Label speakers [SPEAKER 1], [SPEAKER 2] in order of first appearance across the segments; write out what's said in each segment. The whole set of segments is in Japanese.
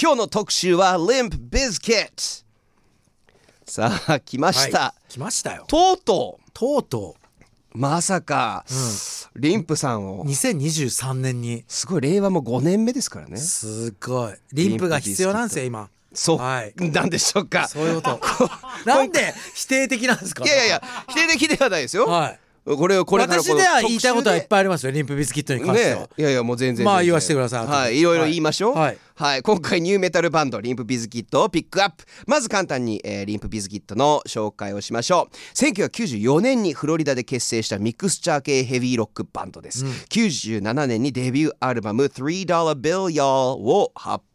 [SPEAKER 1] 今日の特集は Limp Bizkit さあ来ました、
[SPEAKER 2] はい来ましたよ。
[SPEAKER 1] とうと
[SPEAKER 2] とうと
[SPEAKER 1] うまさか、リンプさん
[SPEAKER 2] う
[SPEAKER 1] を
[SPEAKER 2] 2023年に
[SPEAKER 1] すごい令和も5年目ですからね
[SPEAKER 2] すごいリンプが必要なんですよ今。
[SPEAKER 1] そう、
[SPEAKER 2] はい。
[SPEAKER 1] なんでしょうか
[SPEAKER 2] そういう こと。 なんで否定的なんですか。
[SPEAKER 1] いやいやいや否定的ではないですよ、
[SPEAKER 2] はい。
[SPEAKER 1] これをこれから
[SPEAKER 2] 私では言いたいことはいっ
[SPEAKER 1] い
[SPEAKER 2] ぱいありますよ。リンプビスキットに関しては。
[SPEAKER 1] ねえいやいやもう全然
[SPEAKER 2] まあ
[SPEAKER 1] 全然
[SPEAKER 2] 言わせてください
[SPEAKER 1] はいいろいろ言いましょう
[SPEAKER 2] はい
[SPEAKER 1] はい、今回ニューメタルバンドリンプビズキットをピックアップまず簡単に、えーリンプビズキットの紹介をしましょう1994年にフロリダで結成したミクスチャー系ヘビーロックバンドです、97年にデビューアルバム3 Dollar Bill Y'all を発表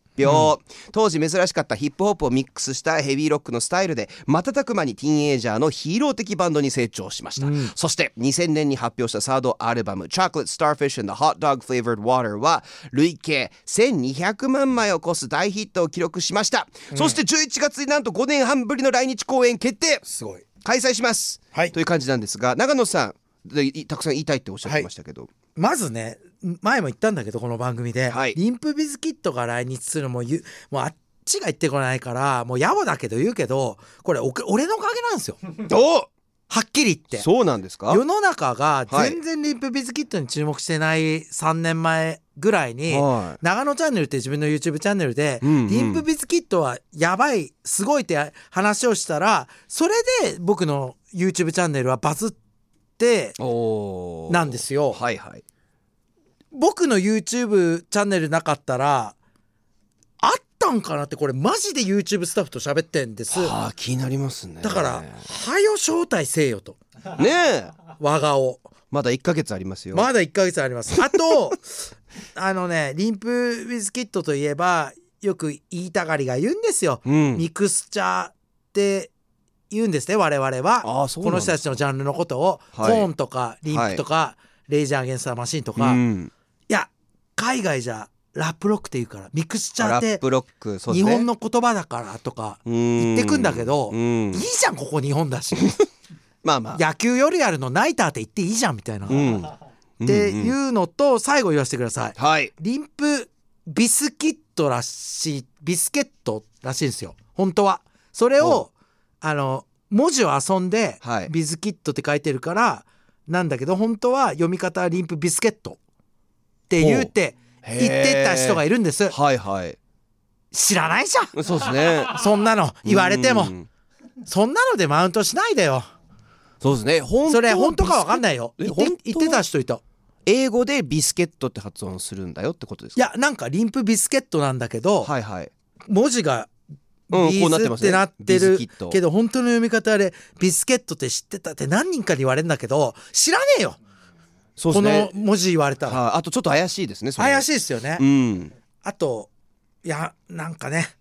[SPEAKER 1] 当時珍しかったヒップホップをミックスしたヘビーロックのスタイルで瞬く間にティーンエイジャーのヒーロー的バンドに成長しました、そして2000年に発表したサードアルバム「Chocolate Starfish and the Hot Dog Flavored Water」は累計1200万枚を超す大ヒットを記録しました、そして11月になんと5年半ぶりの来日公演決定
[SPEAKER 2] すごい。
[SPEAKER 1] 開催します、
[SPEAKER 2] はい
[SPEAKER 1] という感じなんですが長野さんでいたくさん言いたいっておっしゃってましたけど、
[SPEAKER 2] まずね前も言ったんだけどこの番組で、
[SPEAKER 1] はい
[SPEAKER 2] リンプビズキットが来日するのもゆもうあっちが言ってこないからもう野暮だけど言うけどこれおか俺のおかげなんですよ
[SPEAKER 1] どう
[SPEAKER 2] はっきり言って
[SPEAKER 1] そうなんですか
[SPEAKER 2] 世の中が
[SPEAKER 1] はい
[SPEAKER 2] 全然リンプビズキットに注目してない3年前ぐらいに、
[SPEAKER 1] はい
[SPEAKER 2] 長野チャンネルって自分の YouTube チャンネルで、
[SPEAKER 1] うんうん
[SPEAKER 2] リンプビズキットはやばいすごいって話をしたらそれで僕の YouTube チャンネルはバズって
[SPEAKER 1] おー
[SPEAKER 2] なんですよ
[SPEAKER 1] はいはい
[SPEAKER 2] 僕の YouTube チャンネルなかったらあったんかなってこれマジで YouTube スタッフと喋ってんです
[SPEAKER 1] はあ気になりますね
[SPEAKER 2] だから「はよ招待せよ」と
[SPEAKER 1] ねえ
[SPEAKER 2] 我がを
[SPEAKER 1] まだ1ヶ月ありますよ、
[SPEAKER 2] まだ1ヶ月あ りますあとあのねリンプビズキットといえばよく言いたがりが言うんですよ、
[SPEAKER 1] うん
[SPEAKER 2] ミクスチャーって言うんですね我々は
[SPEAKER 1] ああそう
[SPEAKER 2] この人た
[SPEAKER 1] ち
[SPEAKER 2] ちのジャンルのことを、
[SPEAKER 1] はい
[SPEAKER 2] コーンとかリンプとか、レイジャー・アゲンスター・マシンとか、
[SPEAKER 1] うん、
[SPEAKER 2] いや海外じゃラップロックって言うからミクスチャー
[SPEAKER 1] ラ
[SPEAKER 2] っ
[SPEAKER 1] ッ
[SPEAKER 2] て
[SPEAKER 1] プロックそうで
[SPEAKER 2] 日
[SPEAKER 1] すね
[SPEAKER 2] 本の言葉だからとか
[SPEAKER 1] 言
[SPEAKER 2] ってくんだけど
[SPEAKER 1] うん
[SPEAKER 2] いいじゃんここ日 本だし
[SPEAKER 1] まあまあ
[SPEAKER 2] 野球よりやるのナイターって言っていいじゃんみたいな、
[SPEAKER 1] うん
[SPEAKER 2] っ
[SPEAKER 1] う
[SPEAKER 2] て
[SPEAKER 1] んうん
[SPEAKER 2] いうのと最後言わせてください
[SPEAKER 1] はい
[SPEAKER 2] リンプビスキットらしいビスケットらしいんですよ本当はそれをあの文字を遊んで、
[SPEAKER 1] はい
[SPEAKER 2] ビスキットって書いてるからなんだけど本当は読み方はリンプビスケットって言うて
[SPEAKER 1] ほ
[SPEAKER 2] 言
[SPEAKER 1] う
[SPEAKER 2] ってた人がいるんです
[SPEAKER 1] はいはい
[SPEAKER 2] 知らないじゃん
[SPEAKER 1] そうですね
[SPEAKER 2] そんなの 言われて
[SPEAKER 1] う
[SPEAKER 2] も
[SPEAKER 1] ん
[SPEAKER 2] そんなのでマウントしないでよ
[SPEAKER 1] そうですね本当
[SPEAKER 2] それ本当かわかん
[SPEAKER 1] い
[SPEAKER 2] ないよ
[SPEAKER 1] え
[SPEAKER 2] 言っ
[SPEAKER 1] 本
[SPEAKER 2] て
[SPEAKER 1] 当
[SPEAKER 2] 言ってた人いた
[SPEAKER 1] 英語でビスケットって発音するんだよってことです
[SPEAKER 2] い
[SPEAKER 1] か
[SPEAKER 2] やなんかリンプビスケットなんだけど、
[SPEAKER 1] はいはい
[SPEAKER 2] 文字が
[SPEAKER 1] うん
[SPEAKER 2] ビ
[SPEAKER 1] こうなって
[SPEAKER 2] ー
[SPEAKER 1] ます
[SPEAKER 2] ズっ
[SPEAKER 1] ね
[SPEAKER 2] てなって
[SPEAKER 1] ビ
[SPEAKER 2] る
[SPEAKER 1] スキット
[SPEAKER 2] けど本当の読み方あれビスケットって知ってたって何人かに言われるんだけど知らねえよ
[SPEAKER 1] そうで
[SPEAKER 2] こ
[SPEAKER 1] すね
[SPEAKER 2] の文字言われたら
[SPEAKER 1] はいあとちょっと怪しいですねそれ
[SPEAKER 2] 怪し
[SPEAKER 1] い
[SPEAKER 2] いですよね
[SPEAKER 1] うん
[SPEAKER 2] あといやなんかね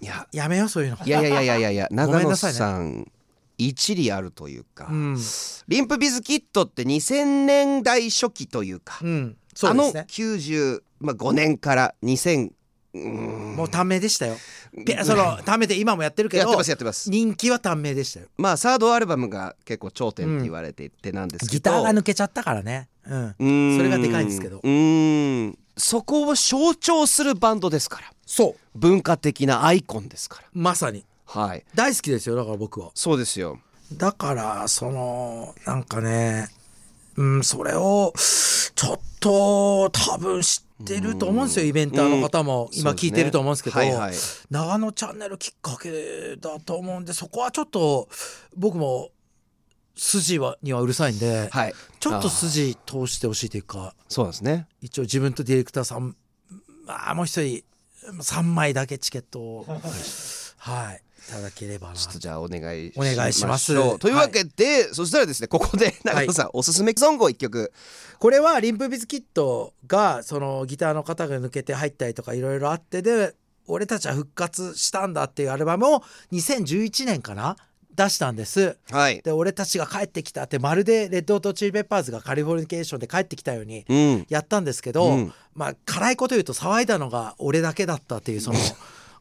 [SPEAKER 1] いや
[SPEAKER 2] やめようそういうの
[SPEAKER 1] いやいやいやいやいや
[SPEAKER 2] ご
[SPEAKER 1] 長
[SPEAKER 2] めん
[SPEAKER 1] 野
[SPEAKER 2] なさいね
[SPEAKER 1] さん一理あるというか、
[SPEAKER 2] うん
[SPEAKER 1] リンプビズキットって2000年代初期というか、
[SPEAKER 2] うんそ
[SPEAKER 1] あ
[SPEAKER 2] うで
[SPEAKER 1] の
[SPEAKER 2] すね
[SPEAKER 1] 95年から2000うーん
[SPEAKER 2] もう短命でしたよピその短命で今もやってるけ
[SPEAKER 1] やっ
[SPEAKER 2] ど
[SPEAKER 1] てますやってます
[SPEAKER 2] 人気は短命でしたよ
[SPEAKER 1] まあサードアルバムが結構頂点って言われていてなんですけ
[SPEAKER 2] ギ
[SPEAKER 1] ど、
[SPEAKER 2] ターが抜けちゃったからねうん
[SPEAKER 1] うーん
[SPEAKER 2] それがでかいんですけど
[SPEAKER 1] うーんそこを象徴するバンドですから
[SPEAKER 2] そう
[SPEAKER 1] 文化的なアイコンですから
[SPEAKER 2] まさに
[SPEAKER 1] はい
[SPEAKER 2] 大好きですよだから僕は
[SPEAKER 1] そうですよ
[SPEAKER 2] だからそのなんかねうんそれをちょっと多分知ってると思うんですよイベンターの方も
[SPEAKER 1] そ
[SPEAKER 2] 今
[SPEAKER 1] うですね
[SPEAKER 2] 聞いてると思うんですけど
[SPEAKER 1] はいはい
[SPEAKER 2] 長野チャンネルきっかけだと思うんでそこはちょっと僕も筋はにはうるさいんで
[SPEAKER 1] はい
[SPEAKER 2] ちょっと
[SPEAKER 1] あー
[SPEAKER 2] 筋通してほしいというか
[SPEAKER 1] そうですね
[SPEAKER 2] 一応自分とディレクターさんまあもう一人3枚だけチケットをはいいただければな
[SPEAKER 1] ちょっとじゃあお願いし
[SPEAKER 2] お願いします
[SPEAKER 1] ょうというわけで、そしたらですねここで中野さん、おすすめソングを一曲
[SPEAKER 2] これはリンプビズキットがそのギターの方が抜けて入ったりとかいろいろあってで俺たちは復活したんだっていうアルバムを2011年かな出したんです。
[SPEAKER 1] はい
[SPEAKER 2] で俺たちが帰ってきたってまるでレッド・とチリ・ペッパーズがカリフォルニケーションで帰ってきたように
[SPEAKER 1] うん
[SPEAKER 2] やったんですけど、
[SPEAKER 1] うん
[SPEAKER 2] まあ辛いこと言うと騒いだのが俺だけだったってい うその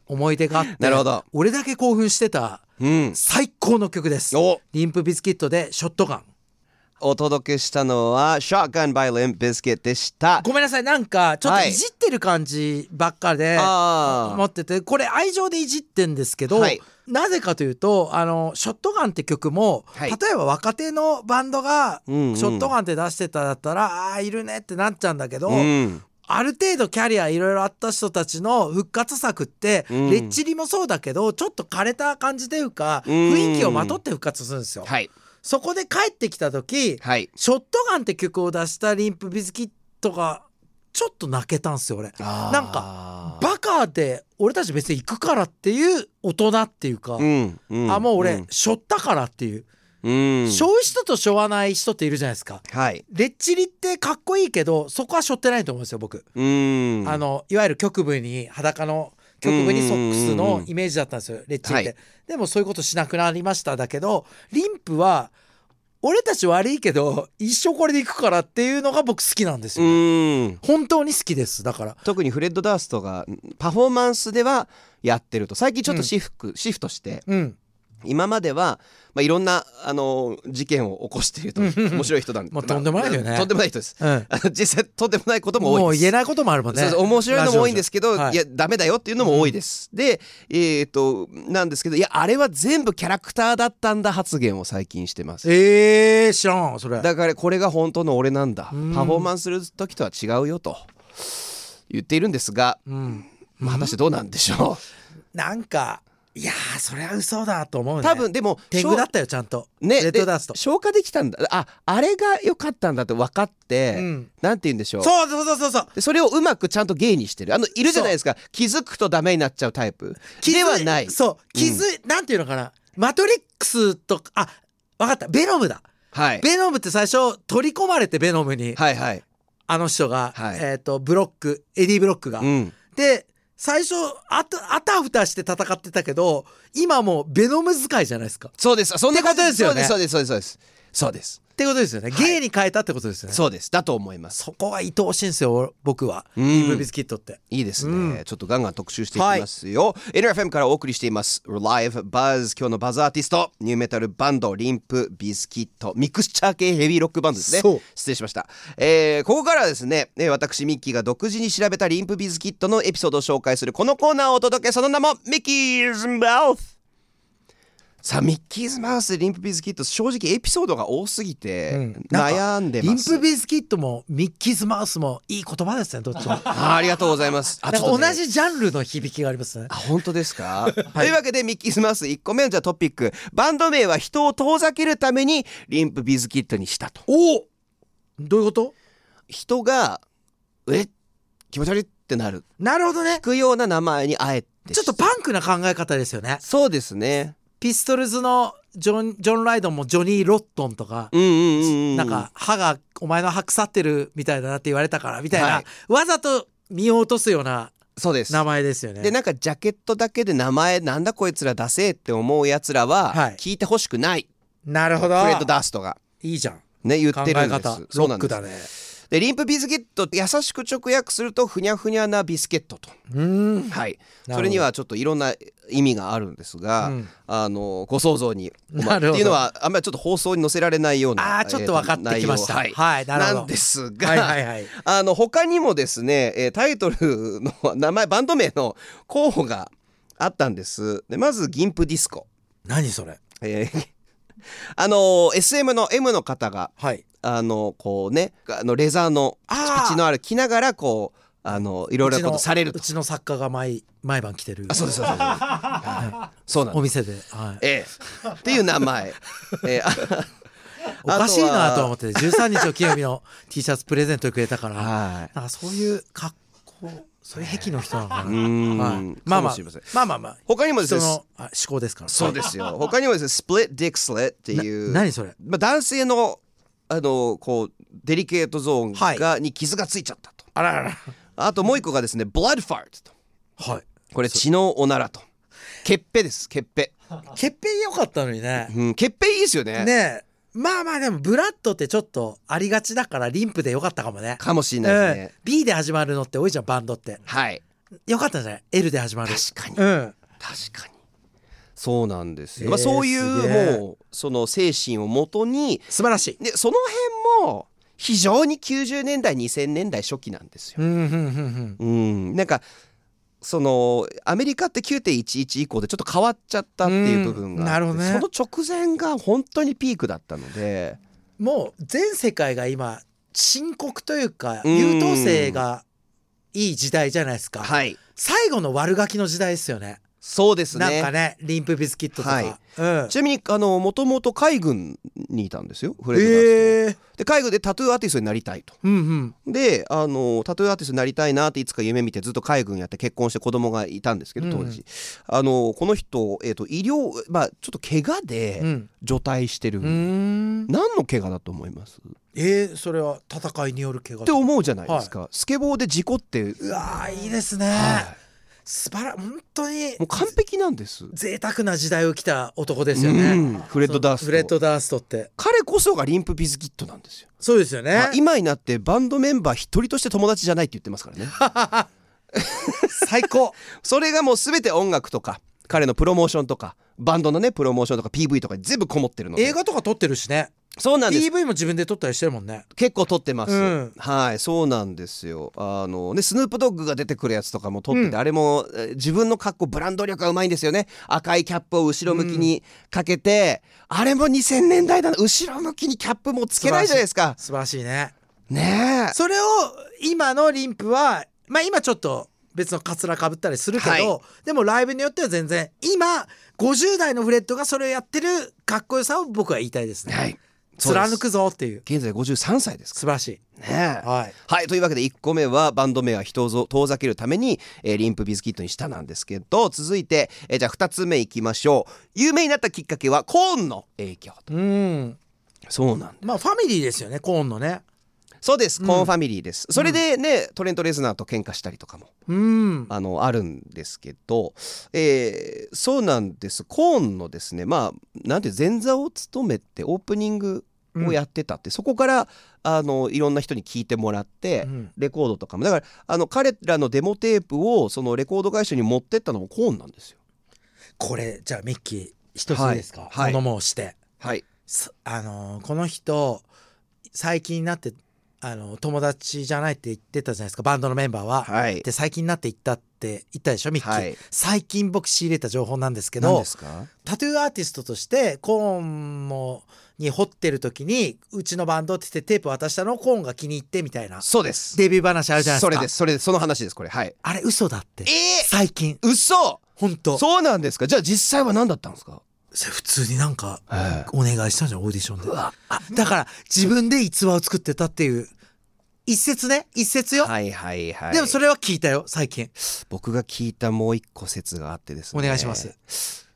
[SPEAKER 2] 思い出があって
[SPEAKER 1] なるほど
[SPEAKER 2] 俺だけ興奮してた
[SPEAKER 1] うん
[SPEAKER 2] 最高の曲です。
[SPEAKER 1] お
[SPEAKER 2] リンプビズキットで「ショットガン」
[SPEAKER 1] お届けしたのは Shotgun by Limp Bizkit でした
[SPEAKER 2] ごめんなさいなんかちょっ
[SPEAKER 1] は
[SPEAKER 2] と
[SPEAKER 1] い
[SPEAKER 2] いじってる感じばっかで
[SPEAKER 1] あー
[SPEAKER 2] 思っててこれ愛情でいじってんですけど、
[SPEAKER 1] はい
[SPEAKER 2] なぜかというとあの「ショットガン」って曲も、
[SPEAKER 1] はい
[SPEAKER 2] 例えば若手のバンドが「シ
[SPEAKER 1] うんうん
[SPEAKER 2] ョットガン」って出してただったら「ああいるね」ってなっちゃうんだけど、
[SPEAKER 1] うん
[SPEAKER 2] ある程度キャリアいろいろあった人たちの復活作って、
[SPEAKER 1] うん
[SPEAKER 2] レッチリもそうだけどちょっと枯れた感じというか、
[SPEAKER 1] うん
[SPEAKER 2] 雰囲気をまとって復活するんですよ。
[SPEAKER 1] はい
[SPEAKER 2] そこで帰ってきた時
[SPEAKER 1] はい
[SPEAKER 2] 「ショットガン」って曲を出したリンプ・ビズキットがちょっと泣けたんですよ俺。なん
[SPEAKER 1] か
[SPEAKER 2] バカで俺たち別に行くからっていう大人っていうか、
[SPEAKER 1] うんん
[SPEAKER 2] あもう俺しょったからっていう、
[SPEAKER 1] うん
[SPEAKER 2] しょう人としょわない人っているじゃないですか。
[SPEAKER 1] はい
[SPEAKER 2] レッチリってかっこいいけどそこはしょってないと思うんですよ僕、
[SPEAKER 1] うん
[SPEAKER 2] あのいわゆる局部に裸の局部にソックスのイメージだったんですよレッチリって、
[SPEAKER 1] は
[SPEAKER 2] でもそういうことしなくなりましただけどリンプは俺たち悪いけど一生これで行くからっていうのが僕好きなんですよ、
[SPEAKER 1] うん
[SPEAKER 2] 本当に好きですだから
[SPEAKER 1] 特にフレッド・ダーストがパフォーマンスではやってると最近ちょっとシフク、シフトして
[SPEAKER 2] うん
[SPEAKER 1] 今までは、まあ、いろんなあの事件を起こしていると
[SPEAKER 2] うんうん
[SPEAKER 1] 面白い人なんで、
[SPEAKER 2] もうとんでもないよね
[SPEAKER 1] とんでもない人です
[SPEAKER 2] うん
[SPEAKER 1] あの実際とんでもないことも
[SPEAKER 2] も
[SPEAKER 1] 多
[SPEAKER 2] う
[SPEAKER 1] いです
[SPEAKER 2] 言えないこともあるもんね
[SPEAKER 1] そうそう面白いのも多いんですけど、
[SPEAKER 2] ラジオじゃはい
[SPEAKER 1] い、やダメだよっていうのも多いです、でえーっとなんですけどいやあれは全部キャラクターだったんだ発言を最近してます
[SPEAKER 2] えー、知らんわそれ
[SPEAKER 1] だからこれが本当の俺なんだ、
[SPEAKER 2] うん
[SPEAKER 1] パフォーマンスする時とは違うよと言っているんですが、
[SPEAKER 2] うん、
[SPEAKER 1] まあ、果たしてどうなんでしょ
[SPEAKER 2] なんかいやーそれは嘘だと思う
[SPEAKER 1] う、
[SPEAKER 2] ね
[SPEAKER 1] 多分でも
[SPEAKER 2] 天狗だったよちゃんと
[SPEAKER 1] ね
[SPEAKER 2] レッドダースト
[SPEAKER 1] で消化できたんだああれが良かったんだって分かって、
[SPEAKER 2] うん
[SPEAKER 1] なんて言うんでしょう
[SPEAKER 2] そうそうそうそうそう
[SPEAKER 1] でそれをうまくちゃんと芸にしてるあのいるじゃないですか気づくとダメになっちゃうタイプ
[SPEAKER 2] 気づ
[SPEAKER 1] ではない
[SPEAKER 2] そう気づ、なんていうのかなマトリックスとかあわかったベノムだ
[SPEAKER 1] はい
[SPEAKER 2] ベノムって最初取り込まれてベノムに、
[SPEAKER 1] はいはい、
[SPEAKER 2] あの人が、
[SPEAKER 1] はい
[SPEAKER 2] えっ、とブロックエディ・ブロックが、
[SPEAKER 1] うん、
[SPEAKER 2] で最初あたあたふたして戦ってたけど今もうベノム使いじゃないですか
[SPEAKER 1] そうですそんな
[SPEAKER 2] ってことですよね
[SPEAKER 1] そうですそうですそうですそうです
[SPEAKER 2] ってことですよね、
[SPEAKER 1] はい
[SPEAKER 2] 芸に変えたってことですよね
[SPEAKER 1] そうですだと思います
[SPEAKER 2] そこは愛おしいんですよ僕は、
[SPEAKER 1] うん
[SPEAKER 2] リブビスキットって
[SPEAKER 1] いいですね、
[SPEAKER 2] う
[SPEAKER 1] ちょっとガンガン特集していきますよ、NFM からお送りしています Live Buzz 今日のバズアーティストニューメタルバンドリンプビスキットミクスチャー系ヘビーロックバンドですね
[SPEAKER 2] そう
[SPEAKER 1] 失礼しました、えーここからはですねえー私ミッキーが独自に調べたリンプビスキットのエピソードを紹介するこのコーナーをお届けその名もミッキーズマウスさあミッキーズマウスリンプビスキット正直エピソードが多すぎて、
[SPEAKER 2] うんなんか
[SPEAKER 1] 悩んでます
[SPEAKER 2] リンプビスキットもミッキーズマウスもいい言葉ですねどっちも
[SPEAKER 1] あーありがとうございますあ
[SPEAKER 2] なん
[SPEAKER 1] ちょ
[SPEAKER 2] か
[SPEAKER 1] っとね
[SPEAKER 2] 同じジャンルの響きがありますね
[SPEAKER 1] あ本当ですか、というわけでミッキーズマウス1個目のじゃあトピックバンド名は人を遠ざけるためにリンプビズキットにしたと
[SPEAKER 2] おどういうこと
[SPEAKER 1] 人が「え気持ち悪い」ってなる
[SPEAKER 2] なるほどね
[SPEAKER 1] 聞くような名前にあえて
[SPEAKER 2] ちょっとパンクな考え方ですよね
[SPEAKER 1] そうですね
[SPEAKER 2] ピストルズのジョンジョン・ライドンもジョニー・ロットンとか、
[SPEAKER 1] うんうんうんうん
[SPEAKER 2] なんか歯がお前の歯腐ってるみたいだなって言われたからみたいな、
[SPEAKER 1] はい
[SPEAKER 2] わざと見落とすような
[SPEAKER 1] そうです
[SPEAKER 2] 名前ですよね
[SPEAKER 1] でなんかジャケットだけで名前なんだこいつら出せえって思うやつらは
[SPEAKER 2] はい
[SPEAKER 1] 聞いてほしくない、
[SPEAKER 2] なるほど
[SPEAKER 1] フレッド・ダーストが
[SPEAKER 2] いいじゃん
[SPEAKER 1] ね言っ
[SPEAKER 2] 考
[SPEAKER 1] て
[SPEAKER 2] え
[SPEAKER 1] るんです
[SPEAKER 2] 方
[SPEAKER 1] そ
[SPEAKER 2] ロ
[SPEAKER 1] うな
[SPEAKER 2] ッ
[SPEAKER 1] ん
[SPEAKER 2] ク
[SPEAKER 1] です
[SPEAKER 2] だね
[SPEAKER 1] でリンプビズキットって優しく直訳するとふにゃふにゃなビスケットと
[SPEAKER 2] うーん
[SPEAKER 1] はい、
[SPEAKER 2] ど
[SPEAKER 1] それにはちょっといろんな意味があるんですが、
[SPEAKER 2] うん
[SPEAKER 1] あのご想像にお
[SPEAKER 2] な
[SPEAKER 1] ま
[SPEAKER 2] るほど
[SPEAKER 1] っていうのはあんまりちょっと放送に載せられないような
[SPEAKER 2] あーちょっと分かってきました、
[SPEAKER 1] えー内容はい
[SPEAKER 2] はい、なるほど
[SPEAKER 1] なんですが、
[SPEAKER 2] はいはいはい
[SPEAKER 1] あの他にもですね、えータイトルの名前バンド名の候補があったんですでまず「銀プディスコ
[SPEAKER 2] 何それ」
[SPEAKER 1] えー あの SM の M の方が
[SPEAKER 2] はい
[SPEAKER 1] あのこうねあのレザーのピ
[SPEAKER 2] あ
[SPEAKER 1] チ
[SPEAKER 2] ー
[SPEAKER 1] ピチのある着ながらこうあのいろいろなことされる
[SPEAKER 2] う
[SPEAKER 1] と。
[SPEAKER 2] ちの作家が毎毎晩来てる
[SPEAKER 1] あそうですそうですそうです、はいそうなんです
[SPEAKER 2] お店で、はい、
[SPEAKER 1] ええ、っていう名前、ええ、
[SPEAKER 2] おかしいな
[SPEAKER 1] あ
[SPEAKER 2] と
[SPEAKER 1] と
[SPEAKER 2] は
[SPEAKER 1] は
[SPEAKER 2] 思ってて13日の金曜日の T シャツプレゼントくれたから
[SPEAKER 1] は
[SPEAKER 2] なんかそういう格好そういう癖の人なのかな、
[SPEAKER 1] い、うーん、
[SPEAKER 2] はい、ま
[SPEAKER 1] か
[SPEAKER 2] あま
[SPEAKER 1] も
[SPEAKER 2] あ
[SPEAKER 1] しれせん
[SPEAKER 2] まあまあまあ
[SPEAKER 1] 他にもで
[SPEAKER 2] 人
[SPEAKER 1] すね
[SPEAKER 2] のあ思考ですから
[SPEAKER 1] そうですよ他にもですねスプリットディックスレっていう
[SPEAKER 2] な何それ
[SPEAKER 1] まあ、男性のあのこうデリケートゾーンが、
[SPEAKER 2] は
[SPEAKER 1] に傷がついちゃったと
[SPEAKER 2] あららら
[SPEAKER 1] あともう一個がですね blood fart と
[SPEAKER 2] はい
[SPEAKER 1] これ血のおならと血ぺです血ぺ、
[SPEAKER 2] 欠品良かったのにね
[SPEAKER 1] うん、血ぺいいですよね
[SPEAKER 2] ねえまあまあでもブラッドってちょっとありがちだからリンプで良かったかもね
[SPEAKER 1] かもしれないですね
[SPEAKER 2] うん、B で始まるのって多いじゃんバンドって
[SPEAKER 1] はい
[SPEAKER 2] 良かったんじゃない L で始まる
[SPEAKER 1] 確かに
[SPEAKER 2] うん
[SPEAKER 1] 確かにそうなんですよ、
[SPEAKER 2] えー
[SPEAKER 1] まあ、そうい
[SPEAKER 2] すげえ
[SPEAKER 1] うもうその精神をもとに
[SPEAKER 2] 素晴らしい。
[SPEAKER 1] でその辺も非常に90年代2000年代初期なんですよ。
[SPEAKER 2] うんうんうんうん。
[SPEAKER 1] うん、なんかそのアメリカって9.11以降でちょっと変わっちゃったっていう部分があって、
[SPEAKER 2] うんなるほどね
[SPEAKER 1] その直前が本当にピークだったので
[SPEAKER 2] もう全世界が今深刻というか
[SPEAKER 1] うん
[SPEAKER 2] 優等生がいい時代じゃないですか。
[SPEAKER 1] はい
[SPEAKER 2] 最後の悪ガキの時代ですよね。
[SPEAKER 1] そうです
[SPEAKER 2] なん
[SPEAKER 1] ね
[SPEAKER 2] かね、リンプビズキットとか。
[SPEAKER 1] はい
[SPEAKER 2] うん
[SPEAKER 1] ち。なみにあのもともと海軍にいたんですよフレッド・ダーストン
[SPEAKER 2] ええー。
[SPEAKER 1] で海軍でタトゥーアーティストになりたいと
[SPEAKER 2] うんうん。
[SPEAKER 1] であのタトゥーアーティストになりたいなっていつか夢見てずっと海軍やって結婚して子供がいたんですけど当時、あのこの人、えー、と医療、まあ、ちょっと怪我
[SPEAKER 2] う
[SPEAKER 1] で
[SPEAKER 2] ん。
[SPEAKER 1] 除隊してる、
[SPEAKER 2] うーん。
[SPEAKER 1] 何の怪我だと思います
[SPEAKER 2] えー、それは戦いによる怪我
[SPEAKER 1] っ
[SPEAKER 2] って
[SPEAKER 1] 思うじゃないですか、スケボーで事故って、
[SPEAKER 2] うわーいいですね、
[SPEAKER 1] は
[SPEAKER 2] 素晴ら本当に
[SPEAKER 1] い、もう完璧なんです
[SPEAKER 2] 贅沢な時代を生きた男ですよね、
[SPEAKER 1] うんフレッド・ダースト
[SPEAKER 2] そうフレッド・ダーストって
[SPEAKER 1] 彼こそがリンプ・ビズキットなんですよ、
[SPEAKER 2] そうですよね
[SPEAKER 1] まあ今になってバンドメンバー一人として友達じゃないって言ってますからね
[SPEAKER 2] 最高
[SPEAKER 1] それがもう全て音楽とか彼のプロモーションとかバンドのねプロモーションとか PV とかに全部こもってるので
[SPEAKER 2] 映画とか撮ってるしね
[SPEAKER 1] そうなんです
[SPEAKER 2] PV も自分で撮ったりしてるもんね
[SPEAKER 1] 結構撮ってます、
[SPEAKER 2] うん
[SPEAKER 1] はいそうなんですよあのねスヌープドッグが出てくるやつとかも撮ってて、
[SPEAKER 2] うん
[SPEAKER 1] あれもえー自分の格好ブランド力がうまいんですよね赤いキャップを後ろ向きにかけて、あれも2000年代だな後ろ向きにキャップもつけないじゃないですか
[SPEAKER 2] 素晴らしいね
[SPEAKER 1] ねえ
[SPEAKER 2] それを今のリンプはまあ今ちょっと別のカツラかぶったりするけど、
[SPEAKER 1] はい
[SPEAKER 2] でもライブによっては全然今50代のフレッドがそれをやってるかっこよさを僕は言いたいですね、
[SPEAKER 1] はいそうです
[SPEAKER 2] 貫くぞっていう
[SPEAKER 1] 現在53歳ですか
[SPEAKER 2] 素晴らしい
[SPEAKER 1] らねえ
[SPEAKER 2] はい
[SPEAKER 1] はいというわけで1個目はバンド名は人をぞ遠ざけるために、えーリンプビズキットにしたなんですけど続いて、えーじゃあ2つ目いきましょう有名になったきっかけはコーンの影響と
[SPEAKER 2] うん
[SPEAKER 1] そうなん
[SPEAKER 2] まあファミリーですよねコーンのね
[SPEAKER 1] そうです、
[SPEAKER 2] うん
[SPEAKER 1] コーンファミリーですそれでね、トレント・レズナーと喧嘩したりとかも
[SPEAKER 2] うん
[SPEAKER 1] あのあるんですけど、えーそうなんですコーンのですねまあなんていう前座を務めてオープニングをやってたって、そこからあのいろんな人に聞いてもらって、
[SPEAKER 2] うん
[SPEAKER 1] レコードとかもだからあの彼らのデモテープをそのレコード会社に持ってったのもコーンなんですよ。
[SPEAKER 2] これじゃあミッキー一ついいですか、
[SPEAKER 1] はいはい
[SPEAKER 2] 物申して
[SPEAKER 1] はい、
[SPEAKER 2] すあのーこの人最近になってあのー友達じゃないって言ってたじゃないですかバンドのメンバーは、
[SPEAKER 1] はい
[SPEAKER 2] で最近になって言ったって言ったでしょミッキー、
[SPEAKER 1] はい
[SPEAKER 2] 最近僕仕入れた情報なんですけ
[SPEAKER 1] 何
[SPEAKER 2] ど
[SPEAKER 1] ですか
[SPEAKER 2] タトゥーアーティストとしてコーンもに彫ってる時にうちのバンドって言ってテープ渡したのをコーンが気に入ってみたいな
[SPEAKER 1] そうです。
[SPEAKER 2] デビュー話あるじゃないです
[SPEAKER 1] そ
[SPEAKER 2] か
[SPEAKER 1] れですそれですその話ですこれはい。
[SPEAKER 2] あれ嘘だって
[SPEAKER 1] え
[SPEAKER 2] 最近
[SPEAKER 1] ー、嘘
[SPEAKER 2] 本当
[SPEAKER 1] そうなんですかじゃあ実際は何だったんですか
[SPEAKER 2] それ普通になんか
[SPEAKER 1] ええ
[SPEAKER 2] お願いしたんじゃんオーディションで
[SPEAKER 1] わ
[SPEAKER 2] だから自分で逸話を作ってたっていう一説ね一説よ、
[SPEAKER 1] はいはいはい
[SPEAKER 2] でもそれは聞いたよ最近
[SPEAKER 1] 僕が聞いたもう一個説があってですね
[SPEAKER 2] お願いします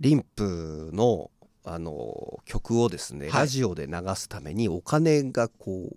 [SPEAKER 1] リンプのあの曲をですね、
[SPEAKER 2] はい
[SPEAKER 1] ラジオで流すためにお金がこ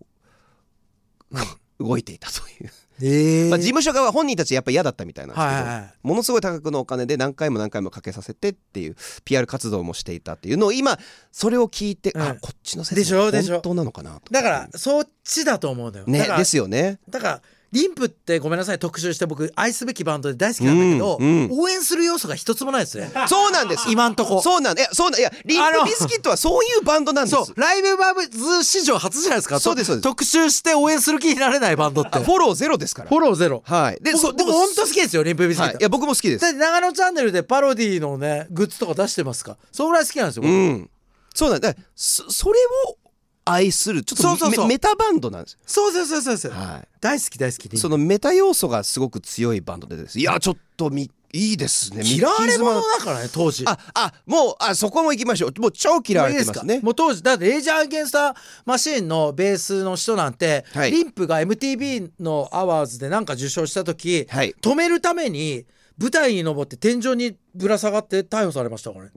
[SPEAKER 1] う動いていたという、
[SPEAKER 2] ええ
[SPEAKER 1] まあ事務所側本人たちやっぱ嫌だったみたいなんですけど、
[SPEAKER 2] はいはいはい
[SPEAKER 1] ものすごい多額のお金で何回も何回もかけさせてっていう PR 活動もしていたっていうのを今それを聞いて、
[SPEAKER 2] うん
[SPEAKER 1] あこっちの説
[SPEAKER 2] でしょでしょ
[SPEAKER 1] 本当なのかなと
[SPEAKER 2] だからそっちだと思うのよ、
[SPEAKER 1] ね
[SPEAKER 2] だから
[SPEAKER 1] ですよね
[SPEAKER 2] だからリンプってごめんなさい特集して僕愛すべきバンドで大好きなんだけど、
[SPEAKER 1] うんう
[SPEAKER 2] 応援する要素が一つもないですね
[SPEAKER 1] そうなんです
[SPEAKER 2] 今んとこ
[SPEAKER 1] そうなんいやそうなんいやリン
[SPEAKER 2] あの
[SPEAKER 1] プビスキットはそういうバンドなんです
[SPEAKER 2] そうライブバブズ史上初じゃないですか
[SPEAKER 1] そうですそうです
[SPEAKER 2] 特集して応援する気になれないバンドって
[SPEAKER 1] あ
[SPEAKER 2] フ
[SPEAKER 1] フォローゼロですから
[SPEAKER 2] ォローゼロ
[SPEAKER 1] はいで
[SPEAKER 2] 僕
[SPEAKER 1] そ
[SPEAKER 2] 僕本当好きですよリンプビスケッ
[SPEAKER 1] は
[SPEAKER 2] ト
[SPEAKER 1] い、いや僕も好きです
[SPEAKER 2] だって長野チャンネルでパロディのねグッズとか出してますからそのぐらい好きなんですよ、
[SPEAKER 1] う
[SPEAKER 2] 僕
[SPEAKER 1] んそうなんだからそそれを愛するちょっと
[SPEAKER 2] そうそうそう
[SPEAKER 1] メメタバンドなんですよ
[SPEAKER 2] そうそうそうそうそう、
[SPEAKER 1] は
[SPEAKER 2] 大好き大好きで
[SPEAKER 1] いそのメタ要素がすごく強いバンドでですいやちょっとみいいですね
[SPEAKER 2] 嫌われ者
[SPEAKER 1] ミッキーズマン
[SPEAKER 2] だからね当時
[SPEAKER 1] ああもうあそこも行きましょうもう超嫌われてます
[SPEAKER 2] もういいです
[SPEAKER 1] ね
[SPEAKER 2] かもう当時だってレイジャー・アゲンスター・マシーンのベースの人なんて、
[SPEAKER 1] はい
[SPEAKER 2] リンプが MTV のアワーズでなんか受賞した時、
[SPEAKER 1] はい
[SPEAKER 2] 止めるために舞台に登って天井にぶら下がって逮捕されましたからね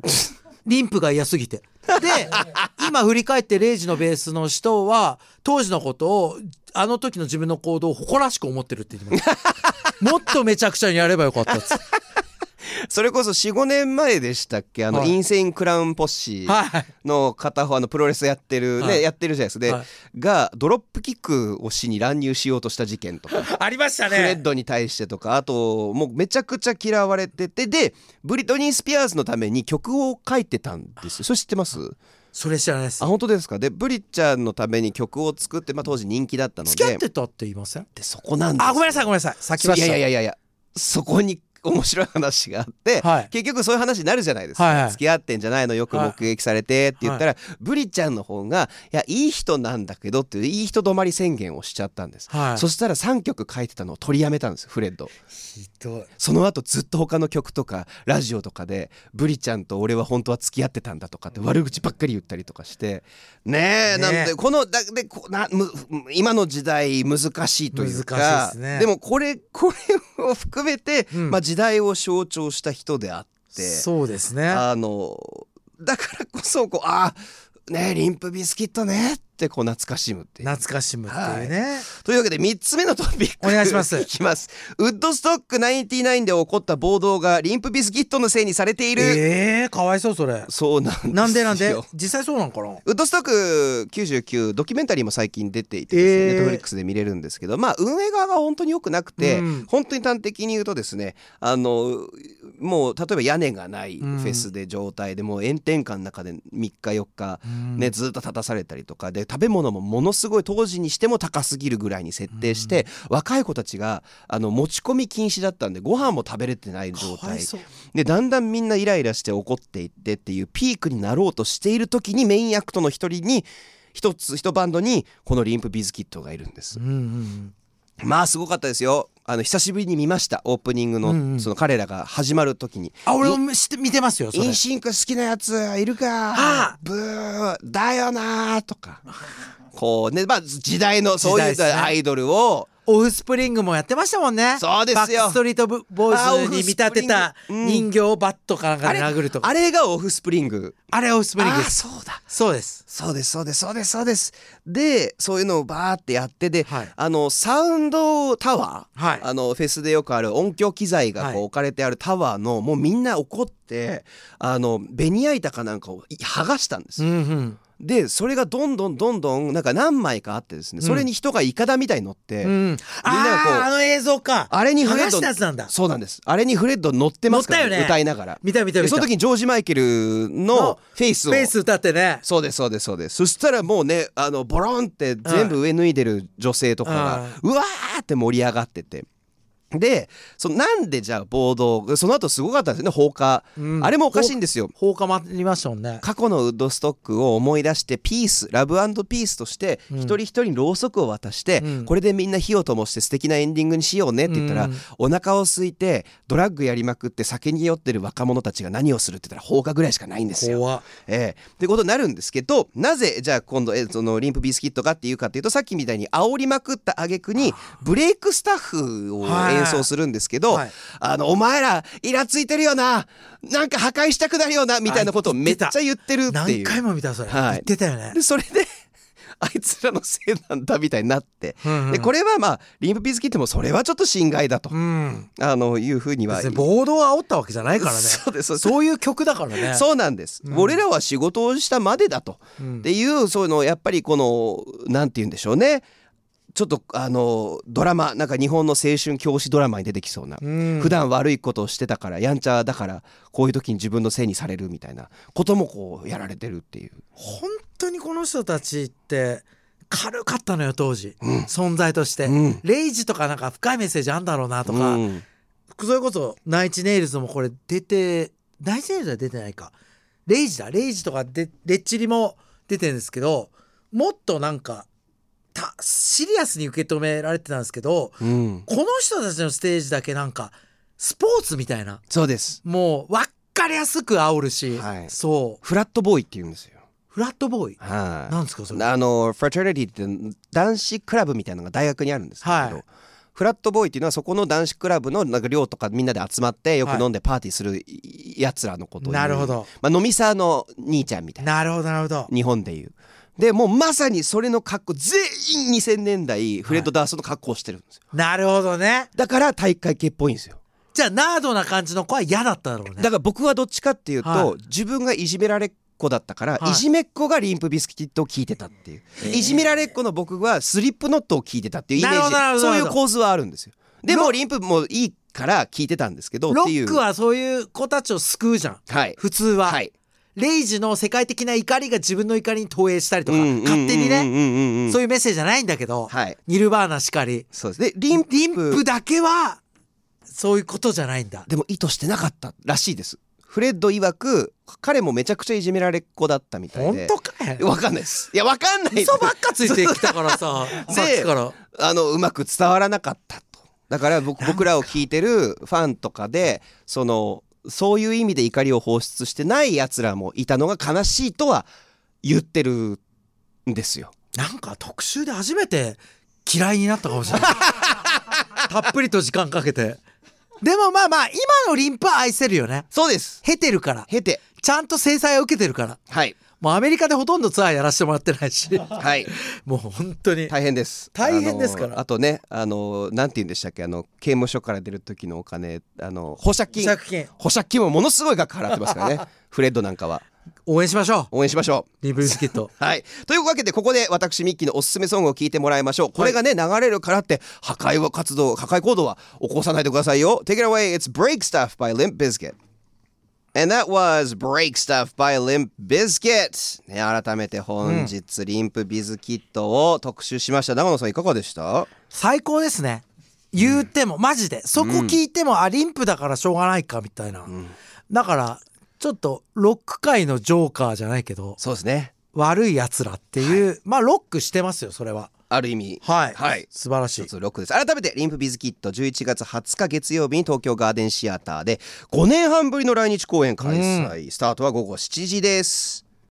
[SPEAKER 2] リンプが嫌すぎてで今振り返ってレイジのベースの人は当時のことをあの時の自分の行動を誇らしく思ってるって言ってますもっとめちゃくちゃにやればよかったっつって
[SPEAKER 1] それこそ45年前でしたっけあの、
[SPEAKER 2] はい
[SPEAKER 1] インセインクラウンポッシー
[SPEAKER 2] はい
[SPEAKER 1] の片方あのプロレスやってる、ね
[SPEAKER 2] はい
[SPEAKER 1] やってるじゃないですかで、
[SPEAKER 2] はい
[SPEAKER 1] がドロップキックをしに乱入しようとした事件とか
[SPEAKER 2] ありました
[SPEAKER 1] フレッ
[SPEAKER 2] ね
[SPEAKER 1] ドに対してとかあともうめちゃくちゃ嫌われててでブリトニー・スピアーズのために曲を書いてたんですよそれ知ってます
[SPEAKER 2] それ知らないです
[SPEAKER 1] あ本当ですかでブリちゃんのために曲を作って、まあ、当時人気だったので
[SPEAKER 2] 付き合ってたって言いません
[SPEAKER 1] でそこなんです
[SPEAKER 2] あごめんなさいごめんなさい先走
[SPEAKER 1] い
[SPEAKER 2] っ
[SPEAKER 1] や
[SPEAKER 2] た
[SPEAKER 1] いやいやいやいやそこに面白い話があって、
[SPEAKER 2] はい
[SPEAKER 1] 結局そういう話になるじゃないですか、
[SPEAKER 2] はいはい
[SPEAKER 1] 付き合ってんじゃないのよく目撃されてって言ったら、ブリちゃんの方が「いやいい人なんだけど」っていういい人止まり宣言をしちゃったんです、
[SPEAKER 2] はい
[SPEAKER 1] そしたら3曲書いてたのを取りやめたんですフレッド
[SPEAKER 2] ひどい
[SPEAKER 1] その後ずっと他の曲とかラジオとかでブリちゃんと俺は本当は付き合ってたんだとかって悪口ばっかり言ったりとかしてねえ
[SPEAKER 2] ねえ
[SPEAKER 1] なんでこのだでこなむ今の時代難しいというか
[SPEAKER 2] 難しいですね
[SPEAKER 1] もこれこれを含めて、
[SPEAKER 2] うん
[SPEAKER 1] まあ、時代を象徴した人であって
[SPEAKER 2] そうですね
[SPEAKER 1] あのだからこそこうああねえリンプビスキットねってこう懐かしむっていう
[SPEAKER 2] 懐かしむっていうね
[SPEAKER 1] というわけで3つ目のトピック
[SPEAKER 2] お願いします
[SPEAKER 1] いきますウッドストック99で起こった暴動がリンプビスキットのせいにされている、
[SPEAKER 2] ええかわいそうそれ
[SPEAKER 1] そうなんですよ
[SPEAKER 2] なんでなんで実際そうなんかな
[SPEAKER 1] ウッドストック99ドキュメンタリーも最近出ていてですね、
[SPEAKER 2] えー
[SPEAKER 1] ネットフリックスで見れるんですけど、まあ、運営側が本当に良くなくて、
[SPEAKER 2] うん
[SPEAKER 1] 本当に端的に言うとですねあのもう例えば屋根がないフ
[SPEAKER 2] うん
[SPEAKER 1] ェスで状態で、もう炎天下の中で3日4日ね、ずっと立たされたりとかで食べ物もものすごい当時にしても高すぎるぐらいに設定して、若い子たちがあの持ち込み禁止だったんでご飯も食べれてない状
[SPEAKER 2] かわ
[SPEAKER 1] 態
[SPEAKER 2] いそう
[SPEAKER 1] でだんだんみんなイライラして怒っていってっていうピークになろうとしている時にメインアクトの一人に一つ一バンドにこのリンプビズキットがいるんです
[SPEAKER 2] う。んうん
[SPEAKER 1] まあすごかったですよあの久しぶりに見ましたオープニングの,、
[SPEAKER 2] うんうん
[SPEAKER 1] その彼らが始まる時に
[SPEAKER 2] あ俺も知って見てますよそ
[SPEAKER 1] イ
[SPEAKER 2] れ
[SPEAKER 1] ンシンク好きなやついる
[SPEAKER 2] あ
[SPEAKER 1] か
[SPEAKER 2] あ
[SPEAKER 1] ブーだよなーと かこうねまあ時代のそういう
[SPEAKER 2] 時代ですね
[SPEAKER 1] アイドルを
[SPEAKER 2] オフスプリングもやってましたもんね
[SPEAKER 1] そうですよ
[SPEAKER 2] バックストリートボ
[SPEAKER 1] あ
[SPEAKER 2] ーイ
[SPEAKER 1] ー
[SPEAKER 2] ズに見立てた
[SPEAKER 1] オフスプリングうん
[SPEAKER 2] 人形をバットかなんかで殴るとか
[SPEAKER 1] あれがオフスプリング
[SPEAKER 2] あれオフスプリング
[SPEAKER 1] あ
[SPEAKER 2] で
[SPEAKER 1] ー
[SPEAKER 2] す
[SPEAKER 1] そうだ
[SPEAKER 2] そうです
[SPEAKER 1] そうですそうですそうですそうですでそういうのをバーってやってで、
[SPEAKER 2] はい
[SPEAKER 1] あのサウンドタワー、
[SPEAKER 2] はい
[SPEAKER 1] あのフェスでよくある音響機材がこ
[SPEAKER 2] は
[SPEAKER 1] う
[SPEAKER 2] い
[SPEAKER 1] 置かれてあるタワーのもうみんな怒ってあのベニヤ板かなんかを剥がしたんです
[SPEAKER 2] う
[SPEAKER 1] よ
[SPEAKER 2] んうん
[SPEAKER 1] でそれがどんどんどんどんなんか何枚かあってですね、
[SPEAKER 2] うん
[SPEAKER 1] それに人がイカダみたいに乗って、
[SPEAKER 2] うんあああの映像か
[SPEAKER 1] あれにフレ
[SPEAKER 2] 話
[SPEAKER 1] ッド
[SPEAKER 2] したやつなんだ
[SPEAKER 1] そうなんですあれにフレッド乗ってますから、
[SPEAKER 2] 乗ったよね
[SPEAKER 1] 歌いながら
[SPEAKER 2] 見た見た
[SPEAKER 1] で
[SPEAKER 2] 見
[SPEAKER 1] そ
[SPEAKER 2] た
[SPEAKER 1] の時にジョージ・マイケルの
[SPEAKER 2] の
[SPEAKER 1] フェイスを
[SPEAKER 2] ベース歌ってね
[SPEAKER 1] そうですそうですそうですそしたらもうねあのボロンって全部上脱いでる女性とかが、うわーって盛り上がっててでそのなんでじゃあ暴動その後すごかったんですよね放火、
[SPEAKER 2] うん
[SPEAKER 1] あれもおかしいんですよ
[SPEAKER 2] 放火もありましたもんね
[SPEAKER 1] 過去のウッドストックを思い出してピースラブピースとして
[SPEAKER 2] うん
[SPEAKER 1] 一人一人にろうそくを渡して、
[SPEAKER 2] うん
[SPEAKER 1] これでみんな火を灯して素敵なエンディングにしようねって言ったら、
[SPEAKER 2] うん
[SPEAKER 1] お腹を空いてドラッグやりまくって酒に酔ってる若者たちが何をするって言ったら放火ぐらいしかないんですよ。
[SPEAKER 2] 怖
[SPEAKER 1] ええってことになるんですけどなぜじゃあ今度、えそのリンプビスキットがっていうかっていうとさっきみたいに煽りまくった挙句にブレイクスタッフを演奏するんですけど、
[SPEAKER 2] はい
[SPEAKER 1] あのお前らイラついてるよななんか破壊したくなるよなみたいなことをめっちゃ言ってるってい
[SPEAKER 2] 何
[SPEAKER 1] う。
[SPEAKER 2] 回も見たそれ
[SPEAKER 1] はい
[SPEAKER 2] 言ってたよね
[SPEAKER 1] でそれであいつらのせいなんだみたいになって。
[SPEAKER 2] うんうん
[SPEAKER 1] でこれはまあリンプビスキットもそれはちょっと侵害だと、
[SPEAKER 2] うん
[SPEAKER 1] あのいうふうには
[SPEAKER 2] 別に暴動を煽ったわけじゃないからね
[SPEAKER 1] そうですそうです
[SPEAKER 2] そういう曲だからね
[SPEAKER 1] そうなんです、
[SPEAKER 2] うん
[SPEAKER 1] 俺らは仕事をしたまでだと、
[SPEAKER 2] うん
[SPEAKER 1] っていうそういうのやっぱりこのなんて言うんでしょうねちょっとあのドラマなんか日本の青春教師ドラマに出てきそうな、
[SPEAKER 2] うん
[SPEAKER 1] 普段悪いことをしてたからやんちゃだからこういう時に自分のせいにされるみたいなこともこうやられてるっていう
[SPEAKER 2] 本当にこの人たちって軽かったのよ当時、存在として、
[SPEAKER 1] うん
[SPEAKER 2] レイジとかなんか深いメッセージあんだろうなと
[SPEAKER 1] とか、
[SPEAKER 2] か、それこそナイチネイルズもこれ出てナイチネイルズは出てないかレイジだレイジとかでレッチリも出てるんですけどもっとなんかたシリアスに受け止められてたんですけど
[SPEAKER 1] うん
[SPEAKER 2] この人たちのステージだけなんかスポーツみたいな
[SPEAKER 1] そうです
[SPEAKER 2] もう分かりやすく煽るし、
[SPEAKER 1] はい
[SPEAKER 2] そう
[SPEAKER 1] フラットボーイって言うんですよ
[SPEAKER 2] フラットボーイ
[SPEAKER 1] はい、
[SPEAKER 2] なんですかそれ
[SPEAKER 1] あのフラテルニティって男子クラブみたいなのが大学にあるんですけど、
[SPEAKER 2] はい
[SPEAKER 1] フラットボーイっていうのはそこの男子クラブのなんか寮とかみんなで集まってよく飲んでパーティーするやつらのことを言う
[SPEAKER 2] なるほ、ど
[SPEAKER 1] まあ、飲みサーの兄ちゃんみたいな
[SPEAKER 2] なるほどなるほど
[SPEAKER 1] 日本でいうでもうまさにそれの格好全員2000年代フレッド・ダースの格好をしてるんですよ
[SPEAKER 2] なるほどね
[SPEAKER 1] だから大会系っぽいんですよ
[SPEAKER 2] じゃあナードな感じの子は嫌だっただろうね
[SPEAKER 1] だから僕はどっちかっていうと、
[SPEAKER 2] は
[SPEAKER 1] 自分がいじめられっ子だったから、
[SPEAKER 2] はい
[SPEAKER 1] い、じめっ子がリンプビスキットを聞いてたっていう、いじめられっ子の僕はスリップノットを聞いてたっていうイメ
[SPEAKER 2] なるほどな
[SPEAKER 1] ー
[SPEAKER 2] る
[SPEAKER 1] ジ
[SPEAKER 2] ほど
[SPEAKER 1] そう
[SPEAKER 2] な
[SPEAKER 1] い
[SPEAKER 2] る
[SPEAKER 1] う
[SPEAKER 2] ほど
[SPEAKER 1] 構図はあるんですよでもリンプもいいから聞いてたんですけどっ
[SPEAKER 2] ロ
[SPEAKER 1] ていう
[SPEAKER 2] ックはそういう子たちを救うじゃん
[SPEAKER 1] はい
[SPEAKER 2] 普通は、
[SPEAKER 1] はい
[SPEAKER 2] レイジの世界的な怒りが自分の怒りに投影したりとか、
[SPEAKER 1] うんうんうんうん
[SPEAKER 2] 勝手にね、
[SPEAKER 1] ね
[SPEAKER 2] そういうメッセージじゃないんだけど、
[SPEAKER 1] はい
[SPEAKER 2] ニルバーナしかり
[SPEAKER 1] そうですでリンプ
[SPEAKER 2] リンプだけはそういうことじゃないんだ
[SPEAKER 1] でも意図してなかったらしいですフレッド曰く彼もめちゃくちゃいじめられっ子だったみたい
[SPEAKER 2] 本
[SPEAKER 1] で
[SPEAKER 2] 当かい
[SPEAKER 1] わかんないですいやわかんない
[SPEAKER 2] 嘘ばっかついてきたから さ
[SPEAKER 1] で
[SPEAKER 2] さっきから
[SPEAKER 1] あのうまく伝わらなかったとだから僕僕らを聞いてるファンとかでそのそういう意味で怒りを放出してないやつらもいたのが悲しいとは言ってるんですよ。
[SPEAKER 2] なんか特集で初めて嫌いになったかも しれないたっぷりと時間かけてでもまあまあ今のリンプは愛せるよね
[SPEAKER 1] そうです
[SPEAKER 2] 経てるから
[SPEAKER 1] 経て
[SPEAKER 2] ちゃんと制裁を受けてるから
[SPEAKER 1] はい
[SPEAKER 2] もうアメリカでほとんどツアーやらせてもらってな いし
[SPEAKER 1] はい
[SPEAKER 2] もう本当に
[SPEAKER 1] 大変です
[SPEAKER 2] 大変ですから
[SPEAKER 1] あのあとねあのなんて言うんでしたっけあの刑務所から出る時のお金あの保釈
[SPEAKER 2] 保
[SPEAKER 1] 金
[SPEAKER 2] 釈金
[SPEAKER 1] 保釈金もものすごい額払ってますから ねフレッドなんかは
[SPEAKER 2] 応援しましょ
[SPEAKER 1] 応援しましょう
[SPEAKER 2] うリンプビスキット
[SPEAKER 1] はい。というわけで、ここで私、ミッキーのおすすめソングを聞いてもらいましょう。これがね、流れるからって、破壊は活動、破壊行動は起こさないでくださいよ。Take it away, it's Break Stuff by Limp Bizkit. And that was Break Stuff by Limp Bizkit. ね、改めて本日、リンプビズキットを特集しました。長野さん、いかがでした
[SPEAKER 2] 最高ですね言ってもマジでそこ聞いても、あリンプだからしょうがないかみたいな、だからちょっとロック界のジョーカーじゃないけど
[SPEAKER 1] そうですね。
[SPEAKER 2] 悪いやつらっていう、まあロックしてますよそれは
[SPEAKER 1] ある意味。
[SPEAKER 2] はい、
[SPEAKER 1] はい
[SPEAKER 2] 素晴らしい
[SPEAKER 1] 一つロックです改めてリンプビズキット11月20日月曜日に東京ガーデンシアターで5年半ぶりの来日公演開催、スタートは午後7時です